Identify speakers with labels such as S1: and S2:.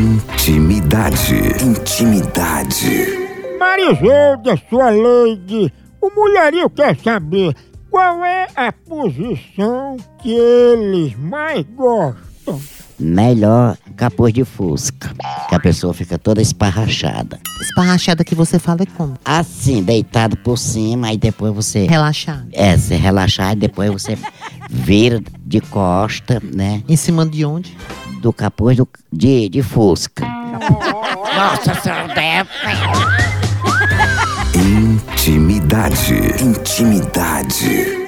S1: Intimidade. Intimidade.
S2: Marisolda, sua lady, o mulherio quer saber qual é a posição que eles mais gostam.
S3: Melhor capuz de fusca, que a pessoa fica toda esparrachada.
S4: Esparrachada que você fala é como?
S3: Assim, deitado por cima, aí depois você.
S4: Relaxada.
S3: É, se relaxar, e depois você vira de costa, né?
S4: Em cima de onde?
S3: Do capuz do, de, de fusca. Nossa senhora,
S1: Intimidade. Intimidade.